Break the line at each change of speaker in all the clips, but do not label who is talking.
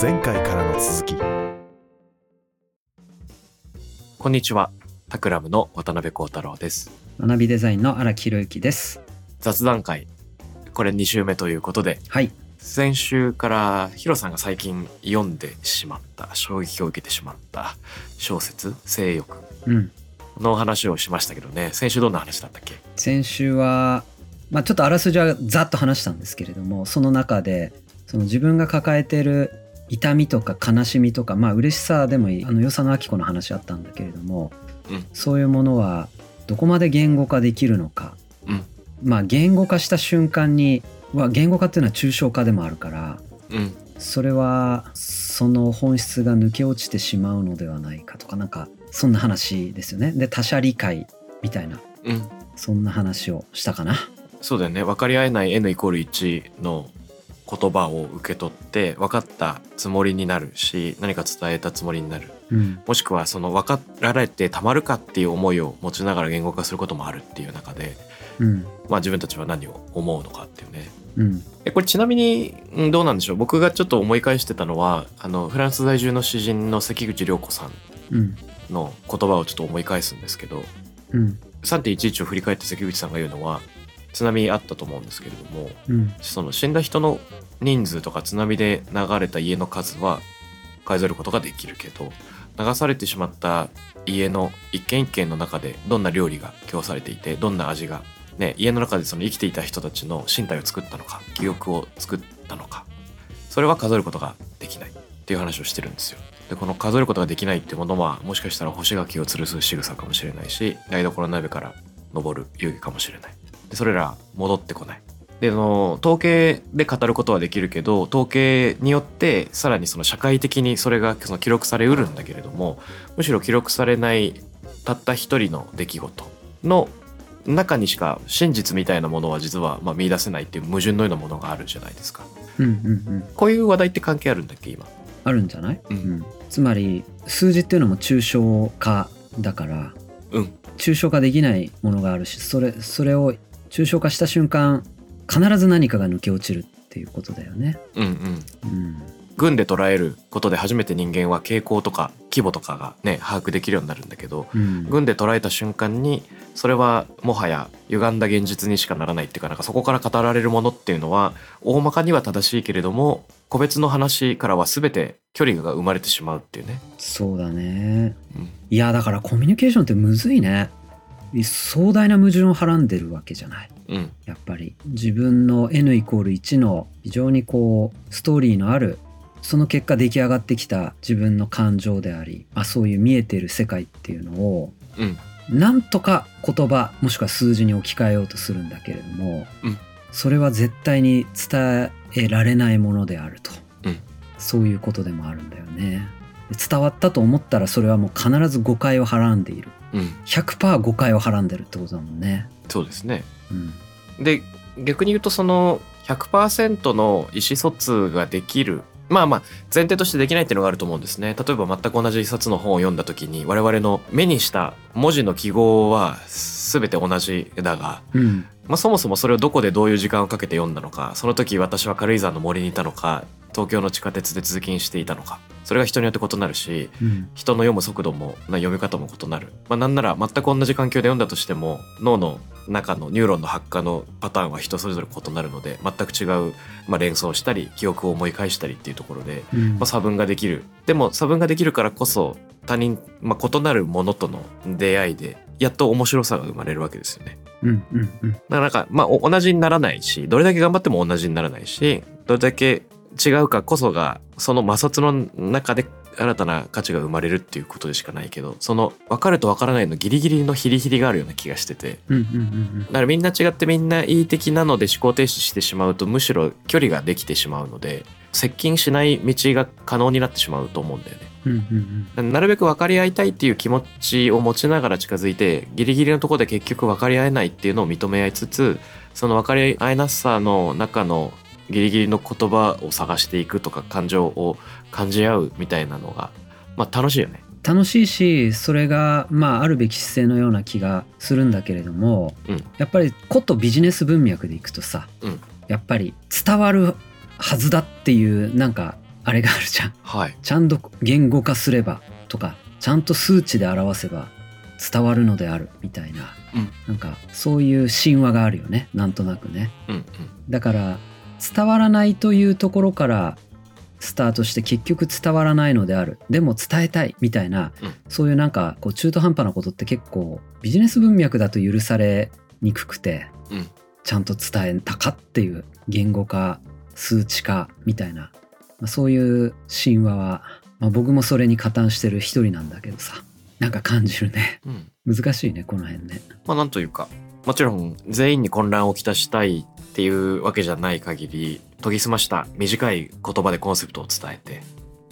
前回からの続き
こんにちは。タクラムの渡辺幸太郎です。
学びデザインの荒木宏之です。
雑談会。これ2週目ということで、
はい。
先週からヒロさんが最近読んでしまった、衝撃を受けてしまった小説、性欲
うん。
の話をしましたけどね、先週どんな話だったっけ
先週は、まあ、ちょっとあらすじはざっと話したんですけれども、その中で、その自分が抱えてる痛みとか悲しみとか、まあ嬉しさでもいい、あの、与謝野明子の話あったんだけれども、
うん
そういうものはどこまで言語化できるのか、
うん
まあ言語化した瞬間に、は言語化っていうのは抽象化でもあるから、
うん。
それはその本質が抜け落ちてしまうのではないかとかなんかそんな話ですよねで他者理解みたいな
うん。
そんな話をしたかな
そうだよね。分かり合えない N イコール1の言葉を受け取って、分かったつもりになるし、何か伝えたつもりになる。
うん
もしくはその分かられてたまるかっていう思いを持ちながら言語化することもあるっていう中で、
うん
まあ、自分たちは何を思うのかっていうね
うん
えこれちなみにうんどうなんでしょう僕がちょっと思い返してたのはあのフランス在住の詩人の関口良子さん
うん
の言葉をちょっと思い返すんですけど
うん
3.11を振り返って関口さんが言うのは津波あったと思うんですけれども
うん
その死んだ人の人数とか津波で流れた家の数は数えることができるけど流されてしまった家の一軒一軒の中でどんな料理が供されていてどんな味が、ね、家の中でその生きていた人たちの身体を作ったのか記憶を作ったのかそれは数えることができないっていう話をしてるんですよ。でこの数えることができないってものはもしかしたら干し柿を吊るす仕草かもしれないし台所の鍋から登る遊戯かもしれない。でそれら戻ってこない。であの統計で語ることはできるけど統計によってさらにその社会的にそれがその記録されうるんだけれどもむしろ記録されないたった一人の出来事の中にしか真実みたいなものは実はまあ見出せないっていう矛盾のようなものがあるじゃないですか
うんうんうん
こういう話題って関係あるんだっけ今
あるんじゃない、
うん
つまり数字っていうのも抽象化だから
うん
抽象化できないものがあるしそれそれを抽象化した瞬間必ず何かが抜け落ちるっていうことだよね。
うんうん
うん
軍で捉えることで初めて人間は傾向とか規模とかがね把握できるようになるんだけど
うん
軍で捉えた瞬間にそれはもはや歪んだ現実にしかならないっていうかなんかそこから語られるものっていうのは大まかには正しいけれども個別の話からは全て距離が生まれてしまうっていうね。
そうだね
うん
いやだからコミュニケーションってむずいね壮大な矛盾をはらんでるわけじゃない
うん
やっぱり自分の n イコール1の非常にこうストーリーのあるその結果出来上がってきた自分の感情であり、まあ、そういう見えてる世界っていうのを
うん
なんとか言葉もしくは数字に置き換えようとするんだけれども、
うん
それは絶対に伝えられないものであると、
うん
そういうことでもあるんだよねで伝わったと思ったらそれはもう必ず誤解をはらんでいる
うん
100%誤解をはらんでるってことだもんね
そうですね。
うん
で逆に言うとその100%の意思疎通ができるまあまあ前提としてできないっていうのがあると思うんですね例えば全く同じ一冊の本を読んだ時に我々の目にした文字の記号は全て同じだが
うん
まあ、そもそもそれをどこでどういう時間をかけて読んだのかその時私は軽井沢の森にいたのか東京の地下鉄で通勤していたのかそれが人によって異なるし
うん
人の読む速度もな読み方も異なる、まあ、なんなら全く同じ環境で読んだとしても脳の中のニューロンの発火のパターンは人それぞれ異なるので全く違う、まあ、連想したり記憶を思い返したりっていうところで
うん
まあ、差分ができるでも差分ができるからこそ他人、まあ、異なるものとの出会いでやっと面白さが生まれるわけですよね。
うんうんう
だ
ん
からなんか、まあ、お同じにならないし、どれだけ頑張っても同じにならないし、どれだけ違うかこそが、その摩擦の中で新たな価値が生まれるっていうことでしかないけど、その分かると分からないのギリギリのヒリヒリがあるような気がしてて、
うんうんうん
だからみんな違ってみんないい敵なので思考停止してしまうと、むしろ距離ができてしまうので、接近しない道が可能になってしまうと思うんだよね。
うんうんうん
なるべく分かり合いたいっていう気持ちを持ちながら近づいてギリギリのところで結局分かり合えないっていうのを認め合いつつその分かり合えなさの中のギリギリの言葉を探していくとか感情を感じ合うみたいなのが、まあ、楽しいよね。
楽しいしそれがまああるべき姿勢のような気がするんだけれども、
うん
やっぱりことビジネス文脈でいくとさ、
うん
やっぱり伝わるはずだっていうなんかあれがあるじゃん
はい
ちゃんと言語化すればとかちゃんと数値で表せば伝わるのであるみたいな、
うん
なんかそういう神話があるよねなんとなくね
うんうん
だから伝わらないというところからスタートして結局伝わらないのであるでも伝えたいみたいな、
うん
そういうなんかこう中途半端なことって結構ビジネス文脈だと許されにくくて、
うん
ちゃんと伝えたかっていう言語化数値化みたいな、まあ、そういう神話は、まあ、僕もそれに加担してる一人なんだけどさなんか感じるね
うん
難しいねこの辺ね
まあなんというかもちろん全員に混乱をきたしたいっていうわけじゃない限り研ぎ澄ました短い言葉でコンセプトを伝えて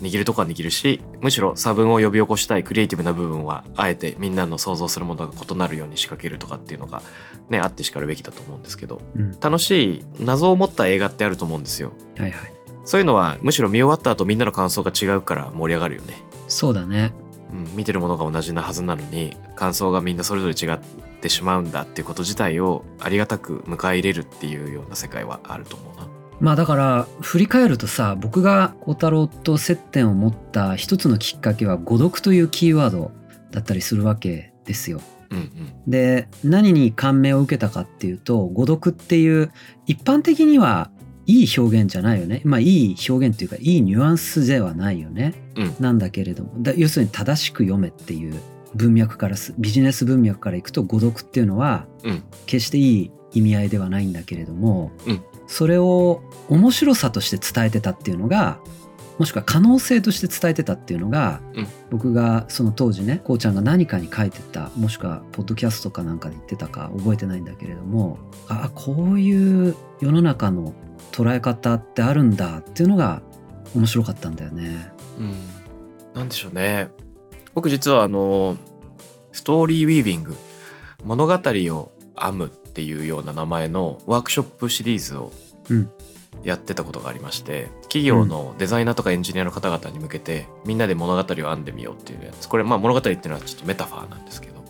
握るとこは握るしむしろ差分を呼び起こしたいクリエイティブな部分はあえてみんなの想像するものが異なるように仕掛けるとかっていうのがねあってしかるべきだと思うんですけど
うん
楽しい謎を持った映画ってあると思うんですよ
はいはい
そういうのはむしろ見終わった後みんなの感想が違うから盛り上がるよね
そうだね
うん、見てるものが同じなはずなのに感想がみんなそれぞれ違ってしまうんだっていうこと自体をありがたく迎え入れるっていうような世界はあると思うな。
まあだから振り返るとさ僕が孝太郎と接点を持った一つのきっかけは「誤読」というキーワードだったりするわけですよ。
うんうん
で何に感銘を受けたかっていうと「誤読」っていう一般的にはいい表現じゃないよね。まあいい表現っていうかいいニュアンスではないよね。
うん
なんだけれどもだ要するに正しく読めっていう文脈からすビジネス文脈からいくと「誤読」っていうのは
うん
決していい意味合いではないんだけれども、
うん
それを面白さとして伝えてたっていうのがもしくは可能性として伝えてたっていうのが、
うん
僕がその当時ねこうちゃんが何かに書いてたもしくはポッドキャストかなんかで言ってたか覚えてないんだけれどもあこういう世の中の捉え方ってあるんだっていうのが面白かったんだよね。
うん。なんでしょうね。僕実はあのストーリーウィービング物語を編むっていうような名前のワークショップシリーズを
うん
やってたことがありまして、企業のデザイナーとかエンジニアの方々に向けてみんなで物語を編んでみようっていうやつこれまあ物語っていうのはちょっとメタファーなんですけど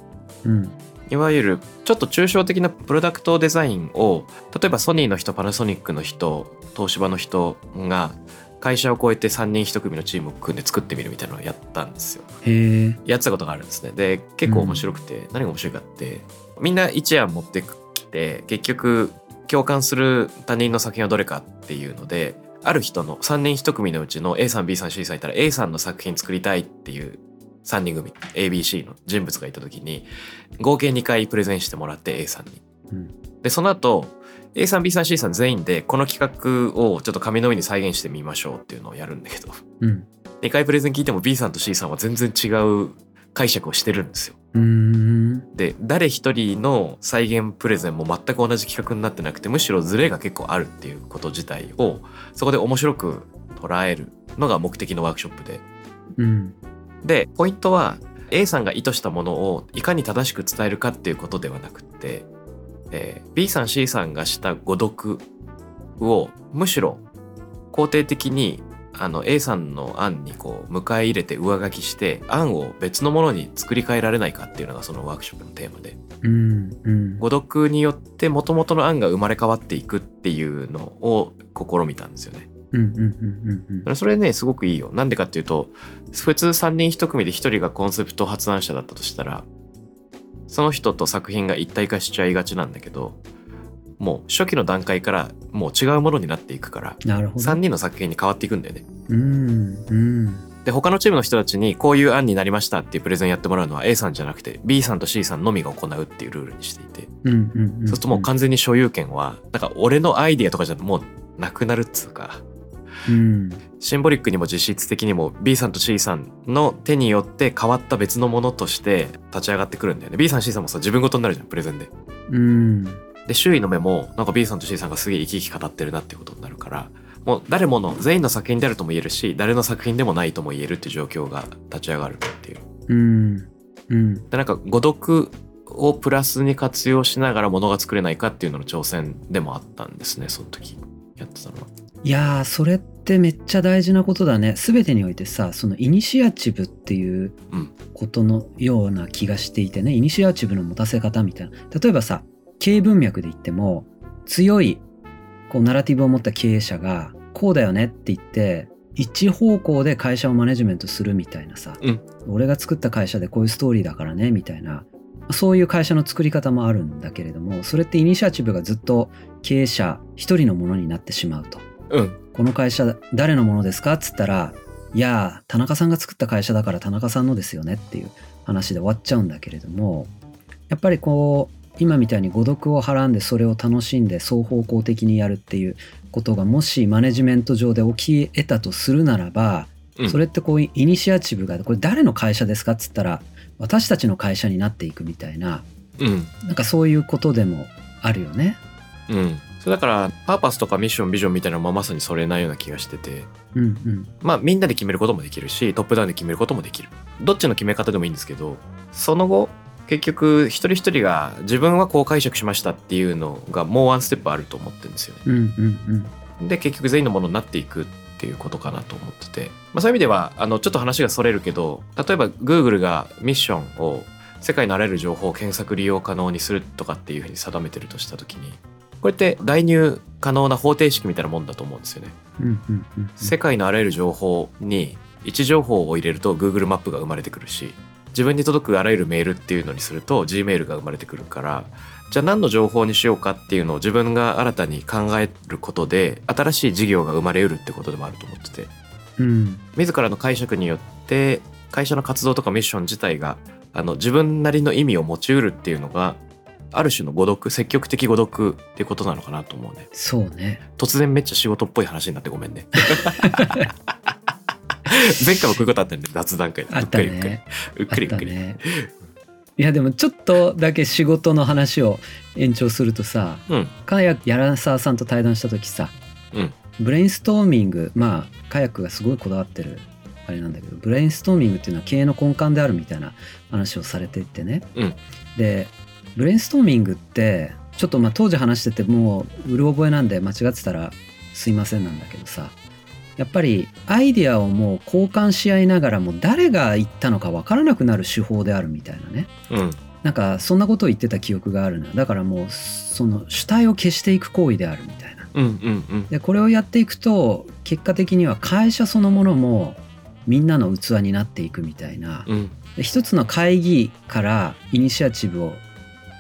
うん、
いわゆるちょっと抽象的なプロダクトデザインを例えばソニーの人パナソニックの人東芝の人が会社を超えて3人1組のチームを組んで作ってみるみたいなのをやったんですよ。
へえ、
やってたことがあるんですね。で結構面白くて、何が面白いかってみんな一案持ってきて結局共感する他人の作品はどれかっていうのである人の3人1組のうちの A さん B さん C さんいたら A さんの作品作りたいっていう3人組 ABC の人物がいた時に合計2回プレゼンしてもらって A さんに。
うん
でその後 A さん B さん C さん全員でこの企画をちょっと紙の上に再現してみましょうっていうのをやるんだけど
うん、
2回プレゼン聞いても B さんと C さんは全然違う解釈をしてるんですよ。
うーん、
で誰一人の再現プレゼンも全く同じ企画になってなくてむしろズレが結構あるっていうこと自体をそこで面白く捉えるのが目的のワークショップで
うん、
でポイントは A さんが意図したものをいかに正しく伝えるかっていうことではなくって、えー B さん C さんがした誤読をむしろ肯定的にあの A さんの案にこう迎え入れて上書きして案を別のものに作り変えられないかっていうのがそのワークショップのテーマで
うん、うん、
誤読によって元々の案が生まれ変わっていくっていうのを試みたんですよね。
うん、うん、うん、うん、
それねすごくいいよなんでかっていうと普通3人1組で1人がコンセプト発案者だったとしたらその人と作品が一体化しちゃいがちなんだけどもう初期の段階からもう違うものになっていくから
なるほど。
3人の作品に変わっていくんだよね
うんうん
で他のチームの人たちにこういう案になりましたっていうプレゼンやってもらうのは A さんじゃなくて B さんと C さんのみが行うっていうルールにしていて
うんうんうん
そうするともう完全に所有権はなんか俺のアイディアとかじゃもうなくなるっつうか
うん
シンボリックにも実質的にも B さんと C さんの手によって変わった別のものとして立ち上がってくるんだよね B さん C さんもさ自分ごとになるじゃんプレゼンで
うん
で周囲の目もなんか B さんと C さんがすげえ生き生き語ってるなってことになるからもう誰もの全員の作品であるとも言えるし誰の作品でもないとも言えるっていう状況が立ち上がるっていう
うんうん
でなんか誤読をプラスに活用しながらものが作れないかっていうのの挑戦でもあったんですねその時やってたのは。
いやーそれってめっちゃ大事なことだね全てにおいてさそのイニシアチブっていう
うん
ことのような気がしていてねイニシアチブの持たせ方みたいな例えばさ経営文脈で言っても強いこうナラティブを持った経営者がこうだよねって言って一方向で会社をマネジメントするみたいなさ、
うん
俺が作った会社でこういうストーリーだからねみたいなそういう会社の作り方もあるんだけれどもそれってイニシアチブがずっと経営者一人のものになってしまうと
うん
この会社誰のものですかっつったらいやー田中さんが作った会社だから田中さんのですよねっていう話で終わっちゃうんだけれどもやっぱりこう今みたいに誤読をはらんでそれを楽しんで双方向的にやるっていうことがもしマネジメント上で起き得たとするならば、
うん
それってこうイニシアチブがこれ誰の会社ですかっつったら私たちの会社になっていくみたいな
うん
なんかそういうことでもあるよね。
うんそれだからパーパスとかミッションビジョンみたいなのもまさにそれなような気がしてて
うんうん
まあみんなで決めることもできるしトップダウンで決めることもできるどっちの決め方でもいいんですけどその後結局一人一人が自分はこう解釈しましたっていうのがもうワンステップあると思ってるんですよね
うんうんうん
で結局全員のものになっていくっていうことかなと思ってて、まあ、そういう意味ではあのちょっと話がそれるけど例えば Google がミッションを世界のあらゆる情報を検索利用可能にするとかっていうふうに定めてるとした時にこれって代入可能な方程式みたいなもんだと思うんですよね。
うんうんうんうん
世界のあらゆる情報に位置情報を入れると Google マップが生まれてくるし自分に届くあらゆるメールっていうのにすると Gmail が生まれてくるからじゃあ何の情報にしようかっていうのを自分が新たに考えることで新しい事業が生まれうるってことでもあると思ってて
うん
自らの解釈によって会社の活動とかミッション自体があの自分なりの意味を持ちうるっていうのがある種の誤読積極的誤読っていうことなのかなと思うね
そうね。
突然めっちゃ仕事っぽい話になってごめん ね。前回もこういうことあったんで雑談会で
あった
うっかり
ね。
うっ
あ
か
っ
りうっかりう
た
っかり。
ね。いやでもちょっとだけ仕事の話を延長するとさ、
うん
カヤック柳沢さんと対談した時さ、
うん
ブレインストーミングまあカヤックがすごいこだわってるあれなんだけどブレインストーミングっていうのは経営の根幹であるみたいな話をされていってね、
うん
でブレインストーミングってちょっとまあ当時話しててもううる覚えなんで間違ってたらすいませんなんだけどさやっぱりアイディアをもう交換し合いながらも誰が言ったのか分からなくなる手法であるみたいなね
うん
なんかそんなことを言ってた記憶があるなだからもうその主体を消していく行為であるみたいな
うんうんうん
でこれをやっていくと結果的には会社そのものもみんなの器になっていくみたいな
うん
で一つの会議からイニシアチブを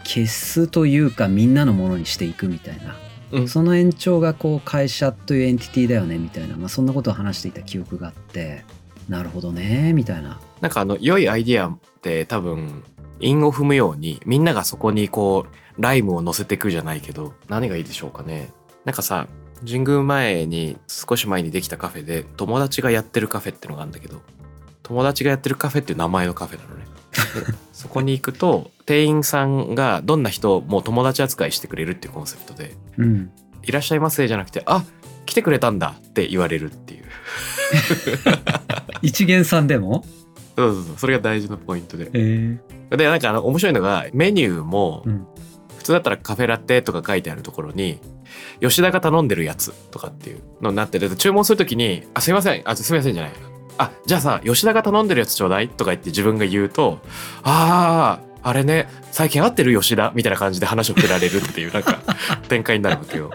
消すというかみんなのものにしていくみたいな
うん
その延長がこう会社というエンティティだよねみたいな、まあ、そんなことを話していた記憶があってなるほどねみたいな
なんかあの良いアイディアって多分韻を踏むようにみんながそこにこうライムを乗せていくじゃないけど何がいいでしょうかねなんかさ神宮前に少し前にできたカフェで友達がやってるカフェってのがあるんだけど友達がやってるカフェっていう名前のカフェなのね でそこに行くと店員さんがどんな人も友達扱いしてくれるっていうコンセプトで
うん
「いらっしゃいませ」じゃなくて「あ来てくれたんだ」って言われるっていう
一元さんでも
そうそうそうそれが大事なポイントで
え
でなんかあの面白いのがメニューも、
うん
普通だったらカフェラテとか書いてあるところに吉田が頼んでるやつとかっていうのになってて注文するときに「あすいませんあすいません」じゃないあじゃあさ吉田が頼んでるやつちょうだいとか言って自分が言うと「あああれね最近会ってる吉田」みたいな感じで話を振られるっていうなん か展開になるわけよ。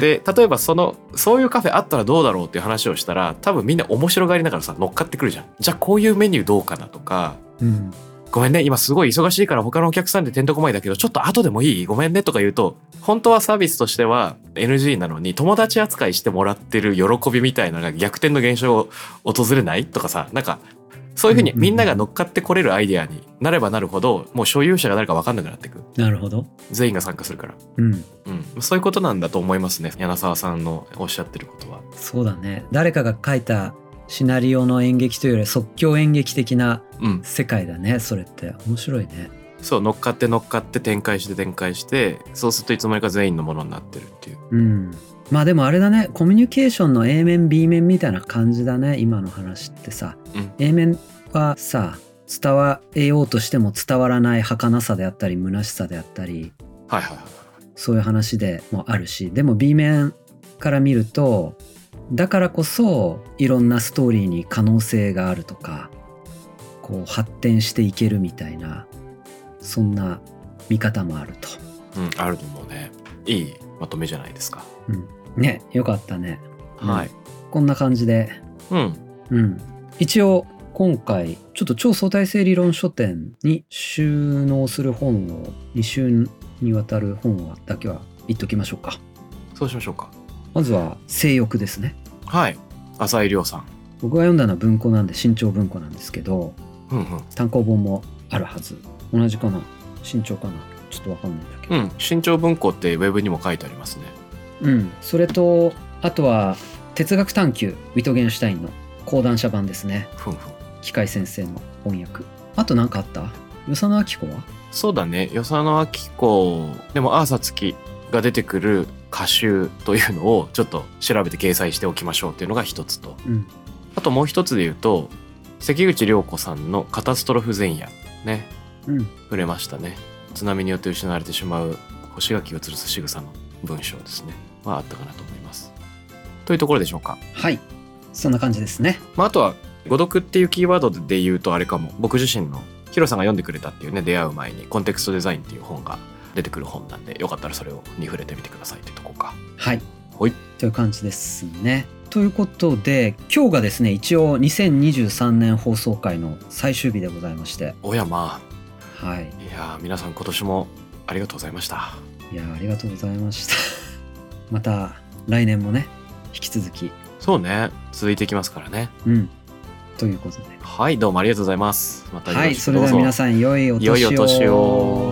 で例えばそのそういうカフェあったらどうだろうっていう話をしたら多分みんな面白がりながらさ乗っかってくるじゃん。じゃあこういうメニューどうかなとか
うん
ごめんね、今すごい忙しいから他のお客さんでてんとこまいだけど、ちょっと後でもいいごめんねとか言うと、本当はサービスとしては NG なのに、友達扱いしてもらってる喜びみたいなのが逆転の現象を訪れないとかさ、なんか、そういうふうに
うんうんう
み
ん
んなが乗っかってこれるアイデアになればなるほど、もう所有者が誰か分かんなくなってく。
なるほど
全員が参加するから。
うん
うん。そういうことなんだと思いますね。柳沢さんのおっしゃってることは。
そうだね誰かが書いたシナリオの演劇というより即興演劇的な
うん。
世界だねそれって面白いね
そう、乗っかって乗っかって展開して展開して、そうするといつの間にか全員のものになってるっていう。
うんまあでもあれだねコミュニケーションの A 面 B 面みたいな感じだね今の話ってさ、
うん
A 面はさ伝えようとしても伝わらない儚さであったり虚しさであったり
はいはいはい。
そういう話でもあるしでも B 面から見るとだからこそいろんなストーリーに可能性があるとかこう発展していけるみたいなそんな見方もあると。
うん、あると思うね。いいまとめじゃないですか。
ねよかったね。
はい。
ここんな感じで、
うん
うん、一応今回ちょっと超相対性理論書店に収納する本を2週にわたる本はだけは言っときましょうか
そうしましょうか
まずは「性欲」ですね
はい浅井亮さん
僕が読んだのは文庫なんで新潮文庫なんですけど
うんうん
単行本もあるはず同じかな新潮かなちょっとわかんないんだけど
うん新潮文庫ってウェブにも書いてありますね
うん、それとあとは「哲学探求ウィトゲンシュタイン」の講談社版ですね
ふんふん
機械先生の翻訳あと何かあった与謝野明子は
そうだね与謝野明子でもアーサツキが出てくる歌集というのをちょっと調べて掲載しておきましょうっていうのが一つと
うん
あともう一つで言うと関口涼子さんの「カタストロフ前夜」ね
うん
触れましたね津波によって失われてしまう干し柿を吊るす仕草の文章ですねまああったかなと思いますというところでしょうか、
はいそんな感じですね
まあ、あとは「誤読」っていうキーワードで言うとあれかも僕自身のヒロさんが読んでくれたっていうね出会う前に「コンテクストデザイン」っていう本が出てくる本なんでよかったらそれをに触れてみてくださいってとこか
はい
ほい
という感じですねということで今日がですね一応2023年放送回の最終日でございまして
おやま
は
あ
い
いやー皆さん今年もありがとうございました
いやーありがとうございました また来年もね引き続き
そうね続いていきますからね
うんということで
はいどうもありがとうございますまた
は
よ
い、
ろし
そ
く
れ
どう
では
ぞ
皆さん、良いお年を。
良いお年を